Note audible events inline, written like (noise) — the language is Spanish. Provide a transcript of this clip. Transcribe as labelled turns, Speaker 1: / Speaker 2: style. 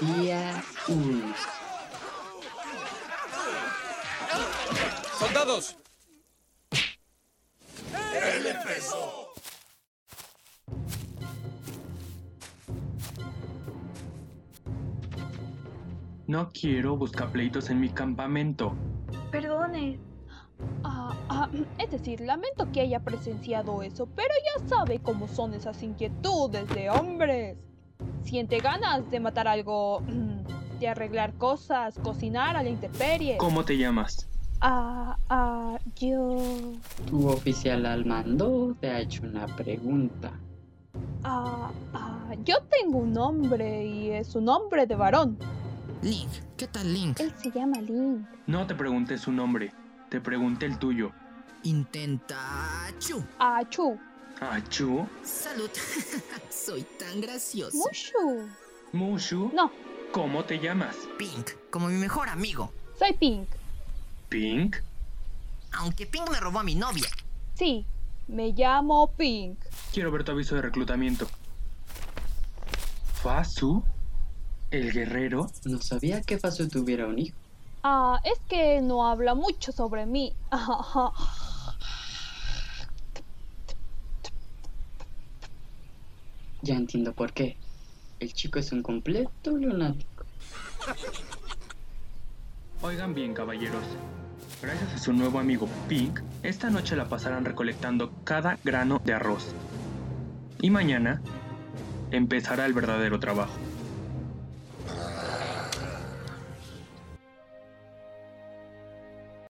Speaker 1: Día 1.
Speaker 2: ¡Soldados!
Speaker 3: No quiero buscapleitos en mi campamento.
Speaker 4: Perdone.
Speaker 5: Ah, ah, es decir, lamento que haya presenciado eso, pero ya sabe cómo son esas inquietudes de hombres. Siente ganas de matar algo, mm, de arreglar cosas, cocinar a la intemperie.
Speaker 3: ¿Cómo te llamas?
Speaker 5: Ah, ah, yo...
Speaker 1: Tu oficial al mando te ha hecho una pregunta.
Speaker 5: Ah, ah, yo tengo un nombre y es un nombre de varón.
Speaker 6: Link, ¿qué tal Link?
Speaker 4: Él se llama Link.
Speaker 3: No te pregunté su nombre, te pregunté el tuyo.
Speaker 6: Intenta... ¡Achú!
Speaker 5: Achu,
Speaker 3: ¿Achu?
Speaker 6: ¡Salud! (laughs) Soy tan gracioso.
Speaker 5: Mushu.
Speaker 3: ¿Mushu?
Speaker 5: No,
Speaker 3: ¿Cómo te llamas?
Speaker 6: Pink, como mi mejor amigo.
Speaker 5: soy Pink.
Speaker 3: ¿Pink?
Speaker 6: Aunque Pink me robó a mi novia.
Speaker 5: Sí, me llamo Pink.
Speaker 3: Quiero ver tu aviso de reclutamiento. ¿Fasu? ¿El guerrero?
Speaker 1: No sabía que Fasu tuviera un hijo.
Speaker 5: Ah, es que no habla mucho sobre mí. (laughs)
Speaker 1: Ya entiendo por qué. El chico es un completo lunático.
Speaker 3: Oigan bien, caballeros. Gracias a su nuevo amigo Pink, esta noche la pasarán recolectando cada grano de arroz. Y mañana empezará el verdadero trabajo.